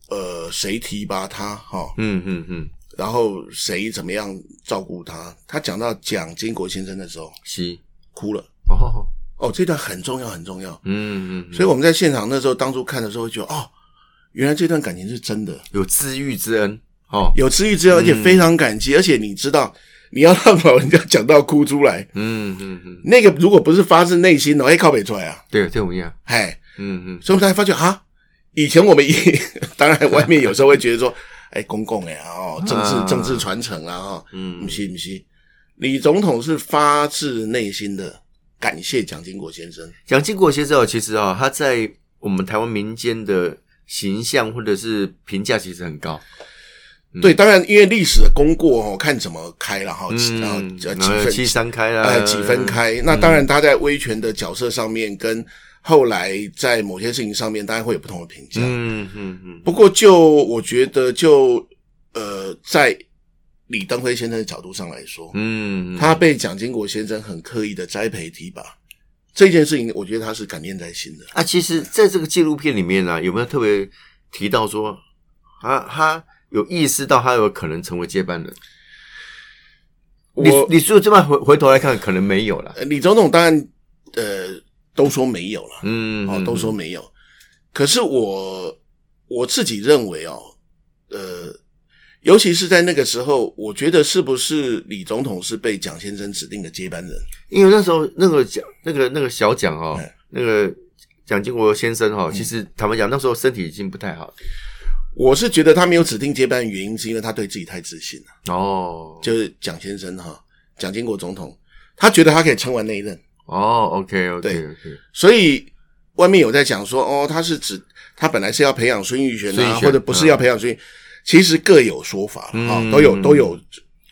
Speaker 2: 呃谁提拔他哈、
Speaker 1: 嗯嗯嗯，
Speaker 2: 然后谁怎么样照顾他。他讲到蒋经国先生的时候
Speaker 1: 是
Speaker 2: 哭了，
Speaker 1: 哦，
Speaker 2: 哦，这段很重要很重要。
Speaker 1: 嗯嗯，
Speaker 2: 所
Speaker 1: 以
Speaker 2: 以我们在现场那时候当初看的时候，觉得哦，原来这段感情是真的。
Speaker 1: 有知遇之恩哦，
Speaker 2: 有知遇之恩，而且非常感
Speaker 1: 嗯
Speaker 2: 激，而且你知道，你要让老人家讲到哭出来，
Speaker 1: 嗯嗯嗯，
Speaker 2: 那个如果不是发自内心的，哎，靠北出来啊，
Speaker 1: 对，这我一样，
Speaker 2: 哎，
Speaker 1: 嗯嗯，
Speaker 2: 所以我们才发觉啊，以前我们也 <laughs> 当然外面有时候会觉得说，哎，公共哎哦，政治
Speaker 1: 啊
Speaker 2: 政治传承啊，哦，
Speaker 1: 嗯
Speaker 2: 不是不是，李总统是发自内心的感谢蒋经国先生，
Speaker 1: 蒋经国先生哦，其实啊、哦，他在我们台湾民间的形象或者是评价其实很高。嗯
Speaker 2: 对，当然因为历史的功过哦，看怎么开了哈，
Speaker 1: 嗯，
Speaker 2: 然后呃
Speaker 1: 然
Speaker 2: 几
Speaker 1: 后
Speaker 2: 分
Speaker 1: 七三嗯开啦，
Speaker 2: 呃几分开。那当然，他在威权的角色上面，跟后来在某些事情上面，当然会有不同的评价。
Speaker 1: 嗯。嗯嗯嗯，
Speaker 2: 不过就我觉得就，呃，在李登辉先生的角度上来说，
Speaker 1: 嗯，
Speaker 2: 他被蒋经国先生很刻意的栽培提拔这件事情，我觉得他是感念在心的。
Speaker 1: 啊，其实在这个纪录片里面呢、啊有没有特别提到说，他他有意识到他有可能成为接班人？李
Speaker 2: 我
Speaker 1: 李叔这么回回头来看，可能没有了。
Speaker 2: 呃李总统当然呃都说没有了，
Speaker 1: 嗯，
Speaker 2: 哦，
Speaker 1: 嗯
Speaker 2: 都说没有。可是我我自己认为哦，呃，尤其是在那个时候，我觉得是不是李总统是被蒋先生指定的接班人？
Speaker 1: 因为那时候那个蒋那个那个小蒋哦
Speaker 2: 哎，嗯
Speaker 1: 那个蒋经国先生哦，其实坦白讲，那时候身体已经不太好
Speaker 2: 我是觉得他没有指定接班人，原因是因为他对自己太自信了。
Speaker 1: 哦，
Speaker 2: 就是蒋先生哈，蒋经国总统，他觉得他可以撑完那一任，
Speaker 1: 哦，OK OK
Speaker 2: 对
Speaker 1: OK，
Speaker 2: 所以外面有在讲说，哦，他是指他本来是要培养孙玉璇
Speaker 1: 孙
Speaker 2: 啊，
Speaker 1: 运璇
Speaker 2: 或者不是要培养孙玉，其实各有说法了啊、
Speaker 1: 嗯
Speaker 2: 都有都有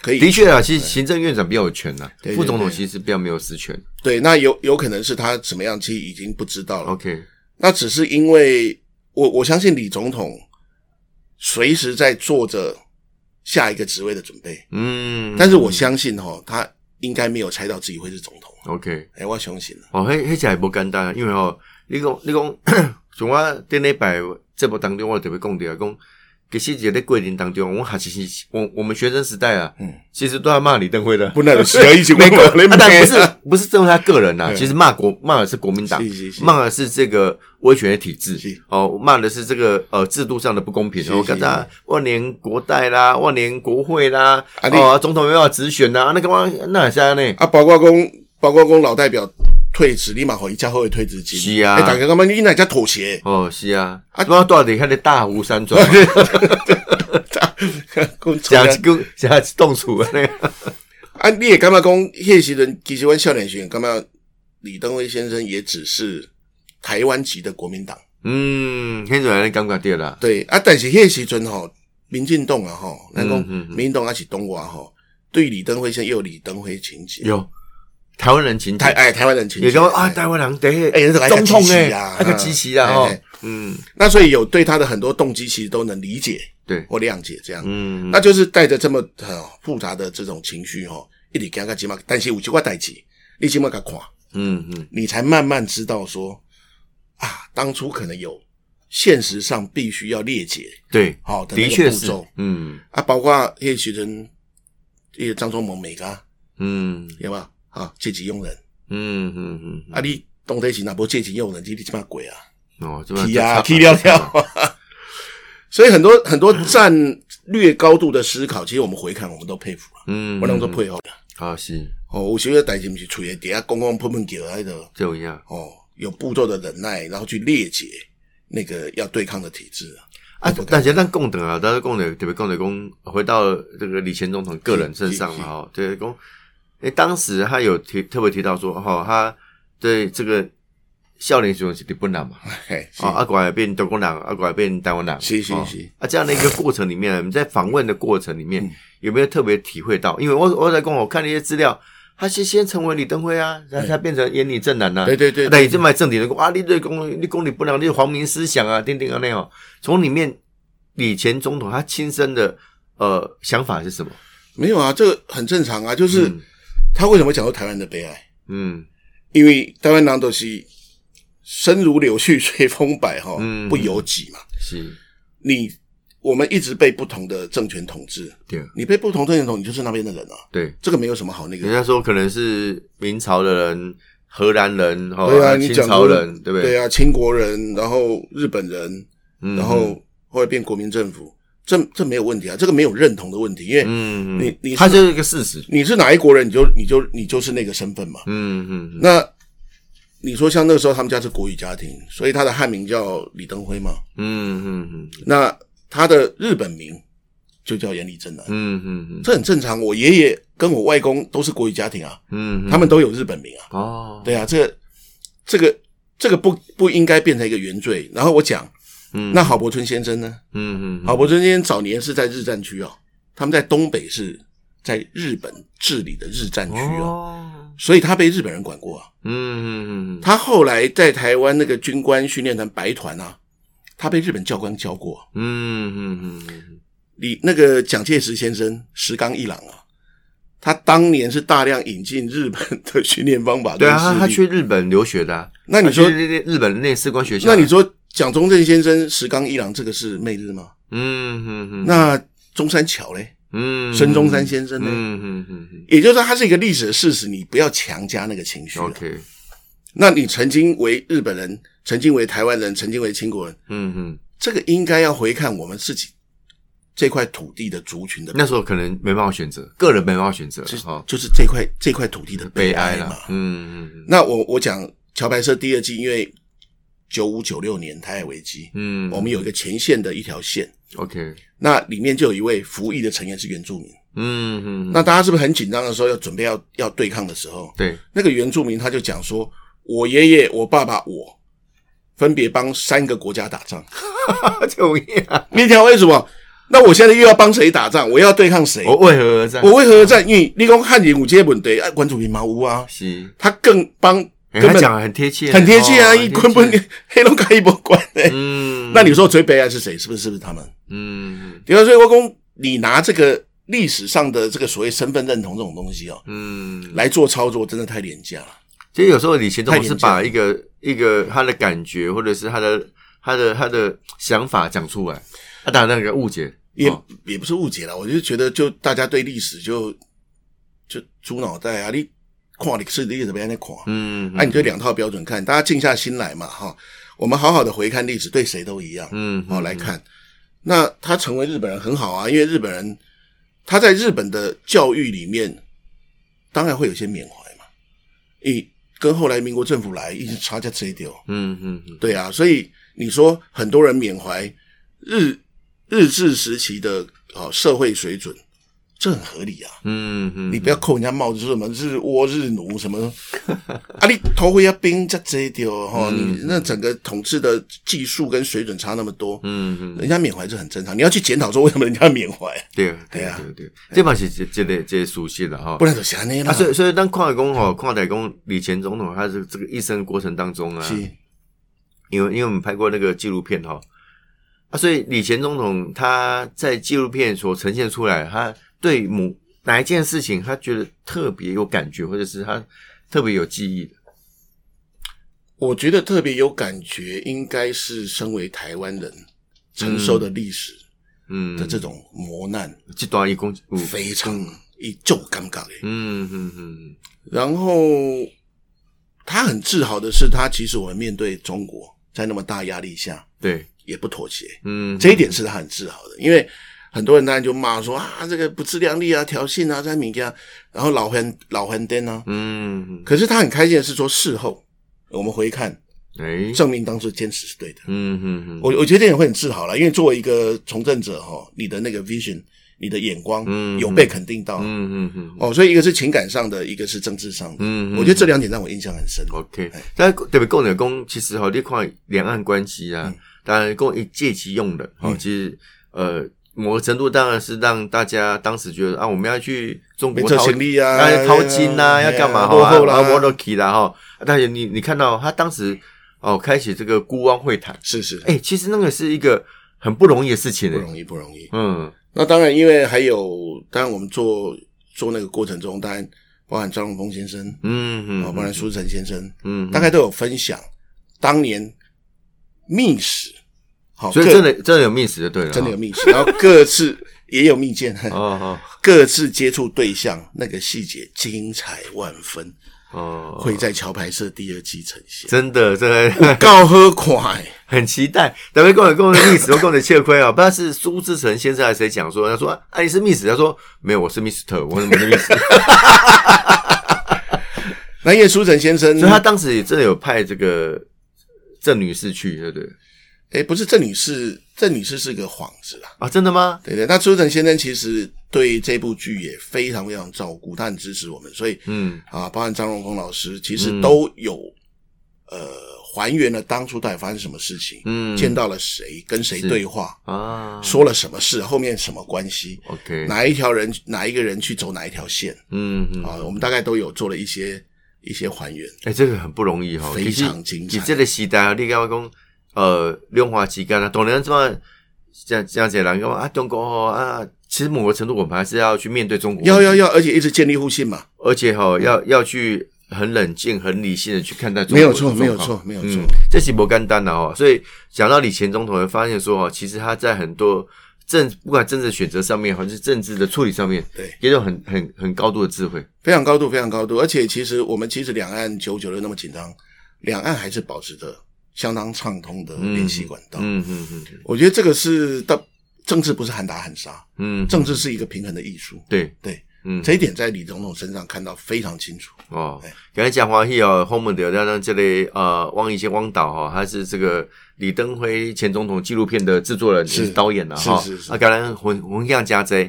Speaker 2: 可以
Speaker 1: 的确啊，其实行政院长比较有权呐
Speaker 2: 对对，
Speaker 1: 副总统
Speaker 2: 对
Speaker 1: 其实比较没有实权。
Speaker 2: 对，那有有可能是他怎么样，其实已经不知道了。
Speaker 1: OK，
Speaker 2: 那只是因为我我相信李总统随时在做着下一个职位的准备，
Speaker 1: 嗯，
Speaker 2: 但是我相信哈、哦，他应该没有猜到自己会是总统。
Speaker 1: OK，
Speaker 2: 哎，我相信了。
Speaker 1: 哦，迄迄只也无简单，啊因为吼，你讲 <coughs> 你讲，像我顶礼拜节目当中，我特别讲着讲，其实伫咧过程当中，我还是我我们学生时代啊，
Speaker 2: 嗯
Speaker 1: 其实都在骂李登辉的。
Speaker 2: 本来就是要一
Speaker 1: <laughs>
Speaker 2: 起问我
Speaker 1: 啊
Speaker 2: 你
Speaker 1: 但
Speaker 2: 妹
Speaker 1: 不是不是针对他个人呐、
Speaker 2: 嗯
Speaker 1: 其实骂国骂的是国民党
Speaker 2: <laughs> 是是，是
Speaker 1: 骂的是这个威权的体制
Speaker 2: 是，
Speaker 1: 哦，骂的是这个呃制度上的不公平。哦
Speaker 2: 是
Speaker 1: 然后
Speaker 2: 是
Speaker 1: 刚才
Speaker 2: 是
Speaker 1: 万年国代啦，万年国会啦，
Speaker 2: 啊你
Speaker 1: 哦，总统没办法直选呐、那个嘛，那也是安尼。
Speaker 2: 啊，包括公，包括公老代表退职，立马回家后会退职金。
Speaker 1: 是啊
Speaker 2: 哎，大家干嘛？你哪家妥协？ <laughs>
Speaker 1: 哦，是啊，
Speaker 2: 啊
Speaker 1: 啊，我到底看的大湖山
Speaker 2: <laughs>
Speaker 1: 庄，
Speaker 2: 讲
Speaker 1: 加
Speaker 2: 真
Speaker 1: 一个加一栋厝那个，
Speaker 2: 啊，你也干嘛讲？迄时阵其实阮少年时阵，干嘛？李登辉先生也只是台湾籍的国民党。
Speaker 1: 嗯，现在你感觉对啦，
Speaker 2: 对啊，但是迄时阵吼，民进党啊吼，咱讲
Speaker 1: 嗯嗯嗯
Speaker 2: 民进党还是东华吼，对李登辉先生也有李登辉情节。
Speaker 1: 有台湾人情节
Speaker 2: 台，哎台湾人情节
Speaker 1: 也跟啊台湾人对，
Speaker 2: 哎人家来个
Speaker 1: 总统
Speaker 2: 支持
Speaker 1: 哎
Speaker 2: 啊，
Speaker 1: 那个支持啊，哦
Speaker 2: 哎哎，
Speaker 1: 嗯，
Speaker 2: 那所以有对他的很多动机，其实都能理解
Speaker 1: 对，
Speaker 2: 或谅解这样。
Speaker 1: 嗯，
Speaker 2: 那就是带着这么很复杂的这种情绪哈，一直讲个起码，但是有几块代志，你起码给看，
Speaker 1: 嗯嗯
Speaker 2: 你才慢慢知道说啊，当初可能有现实上必须要裂解，
Speaker 1: 对，
Speaker 2: 好、的那
Speaker 1: 的
Speaker 2: 个
Speaker 1: 确
Speaker 2: 步
Speaker 1: 是
Speaker 2: 骤，
Speaker 1: 嗯
Speaker 2: 啊，包括叶许人、叶张忠谋美噶，
Speaker 1: 嗯
Speaker 2: 有没有啊？借机用人、
Speaker 1: 嗯嗯
Speaker 2: 啊，你当代是哪波借机用人，你你起码鬼啊！
Speaker 1: 嗯，哦，这么
Speaker 2: 踢啊，踢掉掉。 <laughs> 所以很多很多战略高度的思考，其实我们回看，我们都佩服了，啊
Speaker 1: 嗯，
Speaker 2: 我当做
Speaker 1: 嗯
Speaker 2: 佩服了。
Speaker 1: 啊，是
Speaker 2: 哦，有时候代志不是处在底下公公碰碰叫那个
Speaker 1: 这样
Speaker 2: 哦，有步骤的忍耐，然后去裂解那个要对抗的体制啊。
Speaker 1: 啊。但是咱共德啊，但是共德特别共德公回到这个李前总统个人身上
Speaker 2: 是
Speaker 1: 嘛，
Speaker 2: 是
Speaker 1: 哦，对公，哎，当时他有提特别提到说，哦，他对这个少年雄是日本人嘛，
Speaker 2: 嘿，是
Speaker 1: 啊，阿拐变中国人，阿拐变台湾人，
Speaker 2: 是是
Speaker 1: 哦
Speaker 2: 是
Speaker 1: 啊，这样的一个过程里面，你在访问的过程里面
Speaker 2: 嗯
Speaker 1: 有没有特别体会到？因为我我在跟我看了一些资料，他是先成为李登辉啊，然后才变成严李正男呐，
Speaker 2: 对对对，
Speaker 1: 那你这卖正点的讲啊，你对公你公理不良，你皇民思想啊，丁丁啊那样。从里面，李前总统他亲身的呃想法是什么？
Speaker 2: 没有啊，这个很正常啊。就是
Speaker 1: 嗯
Speaker 2: 他为什么讲到台湾的悲哀？
Speaker 1: 嗯
Speaker 2: 因为台湾人都是生如柳絮 <laughs> 随风摆哈
Speaker 1: 嗯，
Speaker 2: 不由己嘛。
Speaker 1: 是，
Speaker 2: 你我们一直被不同的政权统治，
Speaker 1: 对
Speaker 2: 你被不同政权统，你就是那边的人啊，
Speaker 1: 对，
Speaker 2: 这个没有什么好那
Speaker 1: 人
Speaker 2: 个。
Speaker 1: 家说可能是明朝的人、荷兰人、哦、
Speaker 2: 对啊，你
Speaker 1: 清
Speaker 2: 讲
Speaker 1: 朝
Speaker 2: 过
Speaker 1: 人，对不对？
Speaker 2: 对啊，清国人，然后日本人，
Speaker 1: 嗯
Speaker 2: 然后后来变国民政府，这这没有问题啊，这个没有认同的问题，因为
Speaker 1: 嗯，嗯
Speaker 2: 你你是
Speaker 1: 他就是一个事实，
Speaker 2: 你是哪一国人，你就你就你就是那个身份嘛。
Speaker 1: 嗯嗯嗯
Speaker 2: 那你说像那个时候他们家是国语家庭，所以他的汉名叫李登辉嘛，
Speaker 1: 嗯嗯
Speaker 2: 那他的日本名就叫严立正男，
Speaker 1: 嗯嗯嗯
Speaker 2: 这很正常。我爷爷跟我外公都是国语家庭啊，
Speaker 1: 嗯，
Speaker 2: 他们都有日本名啊。
Speaker 1: 哦，
Speaker 2: 对啊，这个这个这个不不应该变成一个原罪。然后我讲，
Speaker 1: 嗯
Speaker 2: 那郝柏村先生呢？
Speaker 1: 嗯嗯
Speaker 2: 郝柏村先生早年是在日战区哦，他们在东北是在日本治理的日战区哦，
Speaker 1: 哦，
Speaker 2: 所以他被日本人管过啊。
Speaker 1: 嗯嗯嗯
Speaker 2: 他后来在台湾那个军官训练团白团啊，他被日本教官教过。
Speaker 1: 嗯嗯嗯
Speaker 2: 李那个蒋介石先生石冈一郎啊，他当年是大量引进日本的训练方法
Speaker 1: 对
Speaker 2: 跟
Speaker 1: 啊，
Speaker 2: 势
Speaker 1: 他
Speaker 2: 力。
Speaker 1: 他去日本留学的啊、
Speaker 2: 那你说
Speaker 1: 他去日日本内士官学校啊、
Speaker 2: 那你说蒋中正先生石冈一郎这个是媚日吗？
Speaker 1: 嗯嗯嗯，
Speaker 2: 那中山桥嘞，
Speaker 1: 嗯
Speaker 2: 孙中山先生呢？
Speaker 1: 嗯嗯嗯嗯
Speaker 2: 也就是说，它是一个历史的事实，你不要强加那个情绪
Speaker 1: 嗯
Speaker 2: 了。
Speaker 1: ，OK，
Speaker 2: 那你曾经为日本人，曾经为台湾人，曾经为清国人，
Speaker 1: 嗯嗯，
Speaker 2: 这个应该要回看我们自己这块土地的族群的，
Speaker 1: 那时候可能没办法选择，个人没办法选择了哈、
Speaker 2: 就是这块这块土地的
Speaker 1: 悲
Speaker 2: 悲
Speaker 1: 哀
Speaker 2: 哀
Speaker 1: 了
Speaker 2: 嘛。，
Speaker 1: 嗯嗯
Speaker 2: 那我我讲桥牌社第二季，因为九五九六年台海危机，
Speaker 1: 嗯，
Speaker 2: 我们有一个前线的一条线，
Speaker 1: OK，
Speaker 2: 那里面就有一位服役的成员是原住民。
Speaker 1: 嗯嗯，
Speaker 2: 那大家是不是很紧张的时候，要准备要要对抗的时候，
Speaker 1: 对，
Speaker 2: 那个原住民他就讲说：“我爷爷、我爸爸、我，分别帮三个国家打
Speaker 1: <laughs>
Speaker 2: 仗。
Speaker 1: 同意啊，”
Speaker 2: 你讲为什么？那我现在又要帮谁打仗？我要对抗谁？
Speaker 1: 我为何而战？
Speaker 2: 欸我为何而战？因为立功汉人五阶本对啊，关主民茅屋啊，
Speaker 1: 是，
Speaker 2: 他更帮
Speaker 1: 哎
Speaker 2: 根
Speaker 1: 他
Speaker 2: 本
Speaker 1: 讲的很贴切，
Speaker 2: 很贴切啊，
Speaker 1: 哦
Speaker 2: 一根本，黑龙江一波关的。
Speaker 1: 嗯， <laughs>
Speaker 2: 那你说最悲哀是谁？是不是？是不是他们？
Speaker 1: 嗯，嗯
Speaker 2: 第二，所以我公，你拿这个历史上的这个所谓身份认同这种东西哦，
Speaker 1: 嗯，
Speaker 2: 来做操作，真的太廉价了。
Speaker 1: 其实有时候李前总是把
Speaker 2: 太
Speaker 1: 一个一个他的感觉，或者是他的他的他的想法讲出来，他当然那个误解。
Speaker 2: 也、
Speaker 1: 哦
Speaker 2: 也不是误解了，我就觉得就大家对历史就就猪脑袋啊，你看历史，你也怎么样在看？
Speaker 1: 嗯，
Speaker 2: 那、啊你就两套标准看，大家静下心来嘛，哈，我们好好的回看历史，对谁都一样，
Speaker 1: 嗯，
Speaker 2: 好、哦来看。那他成为日本人很好啊，因为日本人他在日本的教育里面，当然会有些缅怀嘛，一跟后来民国政府来一直差价这一点哦，
Speaker 1: 嗯，嗯嗯
Speaker 2: 对啊，所以你说很多人缅怀日日治时期的哦社会水准，这很合理啊。
Speaker 1: 嗯嗯，
Speaker 2: 你不要扣人家帽子，说什么日倭日奴什么 <laughs> 啊，你头回要兵加这一丢哈，
Speaker 1: 嗯
Speaker 2: 你那整个统治的技术跟水准差那么多，
Speaker 1: 嗯嗯，
Speaker 2: 人家缅怀这很正常。你要去检讨说为什么人家缅怀，啊
Speaker 1: 对对啊对对，这嘛是这这个这个属性了哈
Speaker 2: 不。然就是安尼
Speaker 1: 啊，
Speaker 2: 啦。
Speaker 1: 所以所以当跨代工吼，跨代工李前总统他是这个一生过程当中啊，
Speaker 2: 是
Speaker 1: 因为因为我们拍过那个纪录片哈，啊，所以李前总统他在纪录片所呈现出来，他对某哪一件事情，他觉得特别有感觉，或者是他特别有记忆的，
Speaker 2: 我觉得特别有感觉，应该是身为台湾人承受的历史
Speaker 1: 嗯，
Speaker 2: 的这种磨难，
Speaker 1: 这段一公，嗯
Speaker 2: 非常一就尴尬诶。
Speaker 1: 嗯嗯嗯
Speaker 2: 然后他很自豪的是，他其实我们面对中国在那么大压力下
Speaker 1: 对，
Speaker 2: 也不妥协，
Speaker 1: 嗯，
Speaker 2: 这一点是他很自豪的，因为。很多人当然就骂说啊，这个不自量力啊，挑衅啊，在民家，然后老还老还颠啊。
Speaker 1: 嗯，
Speaker 2: 可是他很开心的是说，事后我们回看，
Speaker 1: 哎，
Speaker 2: 证明当初坚持是对的。
Speaker 1: 嗯嗯嗯，
Speaker 2: 我我觉得这点会很自豪了，因为作为一个从政者哈，你的那个 vision，你的眼光
Speaker 1: 嗯
Speaker 2: 有被肯定到、
Speaker 1: 嗯嗯嗯
Speaker 2: 哦，所以一个是情感上的，一个是政治上的。
Speaker 1: 嗯，哦
Speaker 2: 我觉得这两点让我印象很深。
Speaker 1: OK，但特别共人工其实哈，你看两岸关系啊，当然共一借其用人哈，
Speaker 2: 嗯
Speaker 1: 其实呃。某个程度当然是让大家当时觉得啊，我们要去中
Speaker 2: 没
Speaker 1: 国
Speaker 2: 这
Speaker 1: 淘
Speaker 2: 行李啊
Speaker 1: 哎淘金呐、
Speaker 2: 哎呀
Speaker 1: 要干嘛
Speaker 2: 落
Speaker 1: 哈，
Speaker 2: 后啦
Speaker 1: 啊 w a t e key 啦哈。但是你你看到他当时哦开启这个孤汪会谈，
Speaker 2: 是是，
Speaker 1: 哎，其实那个是一个很不容易的事情
Speaker 2: 不
Speaker 1: 哎，
Speaker 2: 容易不容易。
Speaker 1: 嗯
Speaker 2: 那当然，因为还有，当然我们做做那个过程中，当然包含张荣峰先生，
Speaker 1: 嗯
Speaker 2: 啊、包含
Speaker 1: 嗯
Speaker 2: 苏成先生，
Speaker 1: 嗯，
Speaker 2: 大概都有分享当年秘史，好、
Speaker 1: 所以
Speaker 2: 各
Speaker 1: 真的真的有 miss 就对了，
Speaker 2: 真的有密史，然后各自也有密件。
Speaker 1: 哦
Speaker 2: <laughs> 各自接触对象那个细节精彩万分，
Speaker 1: 哦哦，
Speaker 2: 会在桥牌社第二季呈现。
Speaker 1: 真的真的
Speaker 2: 告喝快，
Speaker 1: 很期待。咱们共有共的历史都共的切亏啊！不知道是苏志成先生还是谁讲说，他说啊你是 miss，他说没有，我是 mister，我怎么是
Speaker 2: <laughs>
Speaker 1: miss？
Speaker 2: 南野书成先生
Speaker 1: 所以，他当时也真的有派这个郑女士去，对不对？
Speaker 2: 哎，不是郑女士，郑女士是个幌子啦。
Speaker 1: 啊，真的吗？
Speaker 2: 对对，那书成先生其实对这部剧也非常非常照顾，他很支持我们，所以
Speaker 1: 嗯
Speaker 2: 啊，包含张荣峰老师，其实
Speaker 1: 嗯
Speaker 2: 都有、呃还原了当初到底发生什么事情，
Speaker 1: 嗯，
Speaker 2: 见到了谁，跟谁
Speaker 1: 是
Speaker 2: 对话，
Speaker 1: 啊，
Speaker 2: 说了什么事，后面什么关系，
Speaker 1: OK，
Speaker 2: 哪一条人哪一个人去走哪一条线。
Speaker 1: 嗯嗯，
Speaker 2: 啊，我们大概都有做了一些一些还原，
Speaker 1: 哎、这个很不容易哈、哦，
Speaker 2: 非常精彩
Speaker 1: 你这个时代啊，你刚刚讲呃，六花旗杆啊，当然这么这这样子的人讲啊，中国哦啊，其实某个程度我们还是要去面对中国，
Speaker 2: 要要要，而且一直建立互信嘛，
Speaker 1: 而且
Speaker 2: 嗯
Speaker 1: 哈、要要去很冷静、很理性的去看待中国
Speaker 2: 没有
Speaker 1: 的
Speaker 2: 错，
Speaker 1: 状况
Speaker 2: 没有错，，没有错
Speaker 1: 嗯，，这是不干单的哦。所以讲到李前总统，会发现说哦，其实他在很多政不管政治选择上面，还是政治的处理上面，
Speaker 2: 对，
Speaker 1: 也有很很很高度的智慧。
Speaker 2: 非常高度，非常高度，而且其实我们其实两岸久久的那么紧张，两岸还是保持着相当畅通的联系管道。
Speaker 1: 嗯嗯嗯
Speaker 2: 我觉得这个是到政治不是喊打喊杀，
Speaker 1: 嗯，
Speaker 2: 政治是一个平衡的艺术，
Speaker 1: 对
Speaker 2: 对，
Speaker 1: 嗯
Speaker 2: 这一点在李总统身上看到非常清楚。
Speaker 1: 哦
Speaker 2: 哎，
Speaker 1: 刚才讲欢喜哦，后面的让让这类呃汪一些汪导哈、哦，他是这个李登辉前总统纪录片的制作人，
Speaker 2: 是
Speaker 1: 也导演了哈、
Speaker 2: 是是是
Speaker 1: 啊，当然混混样加贼。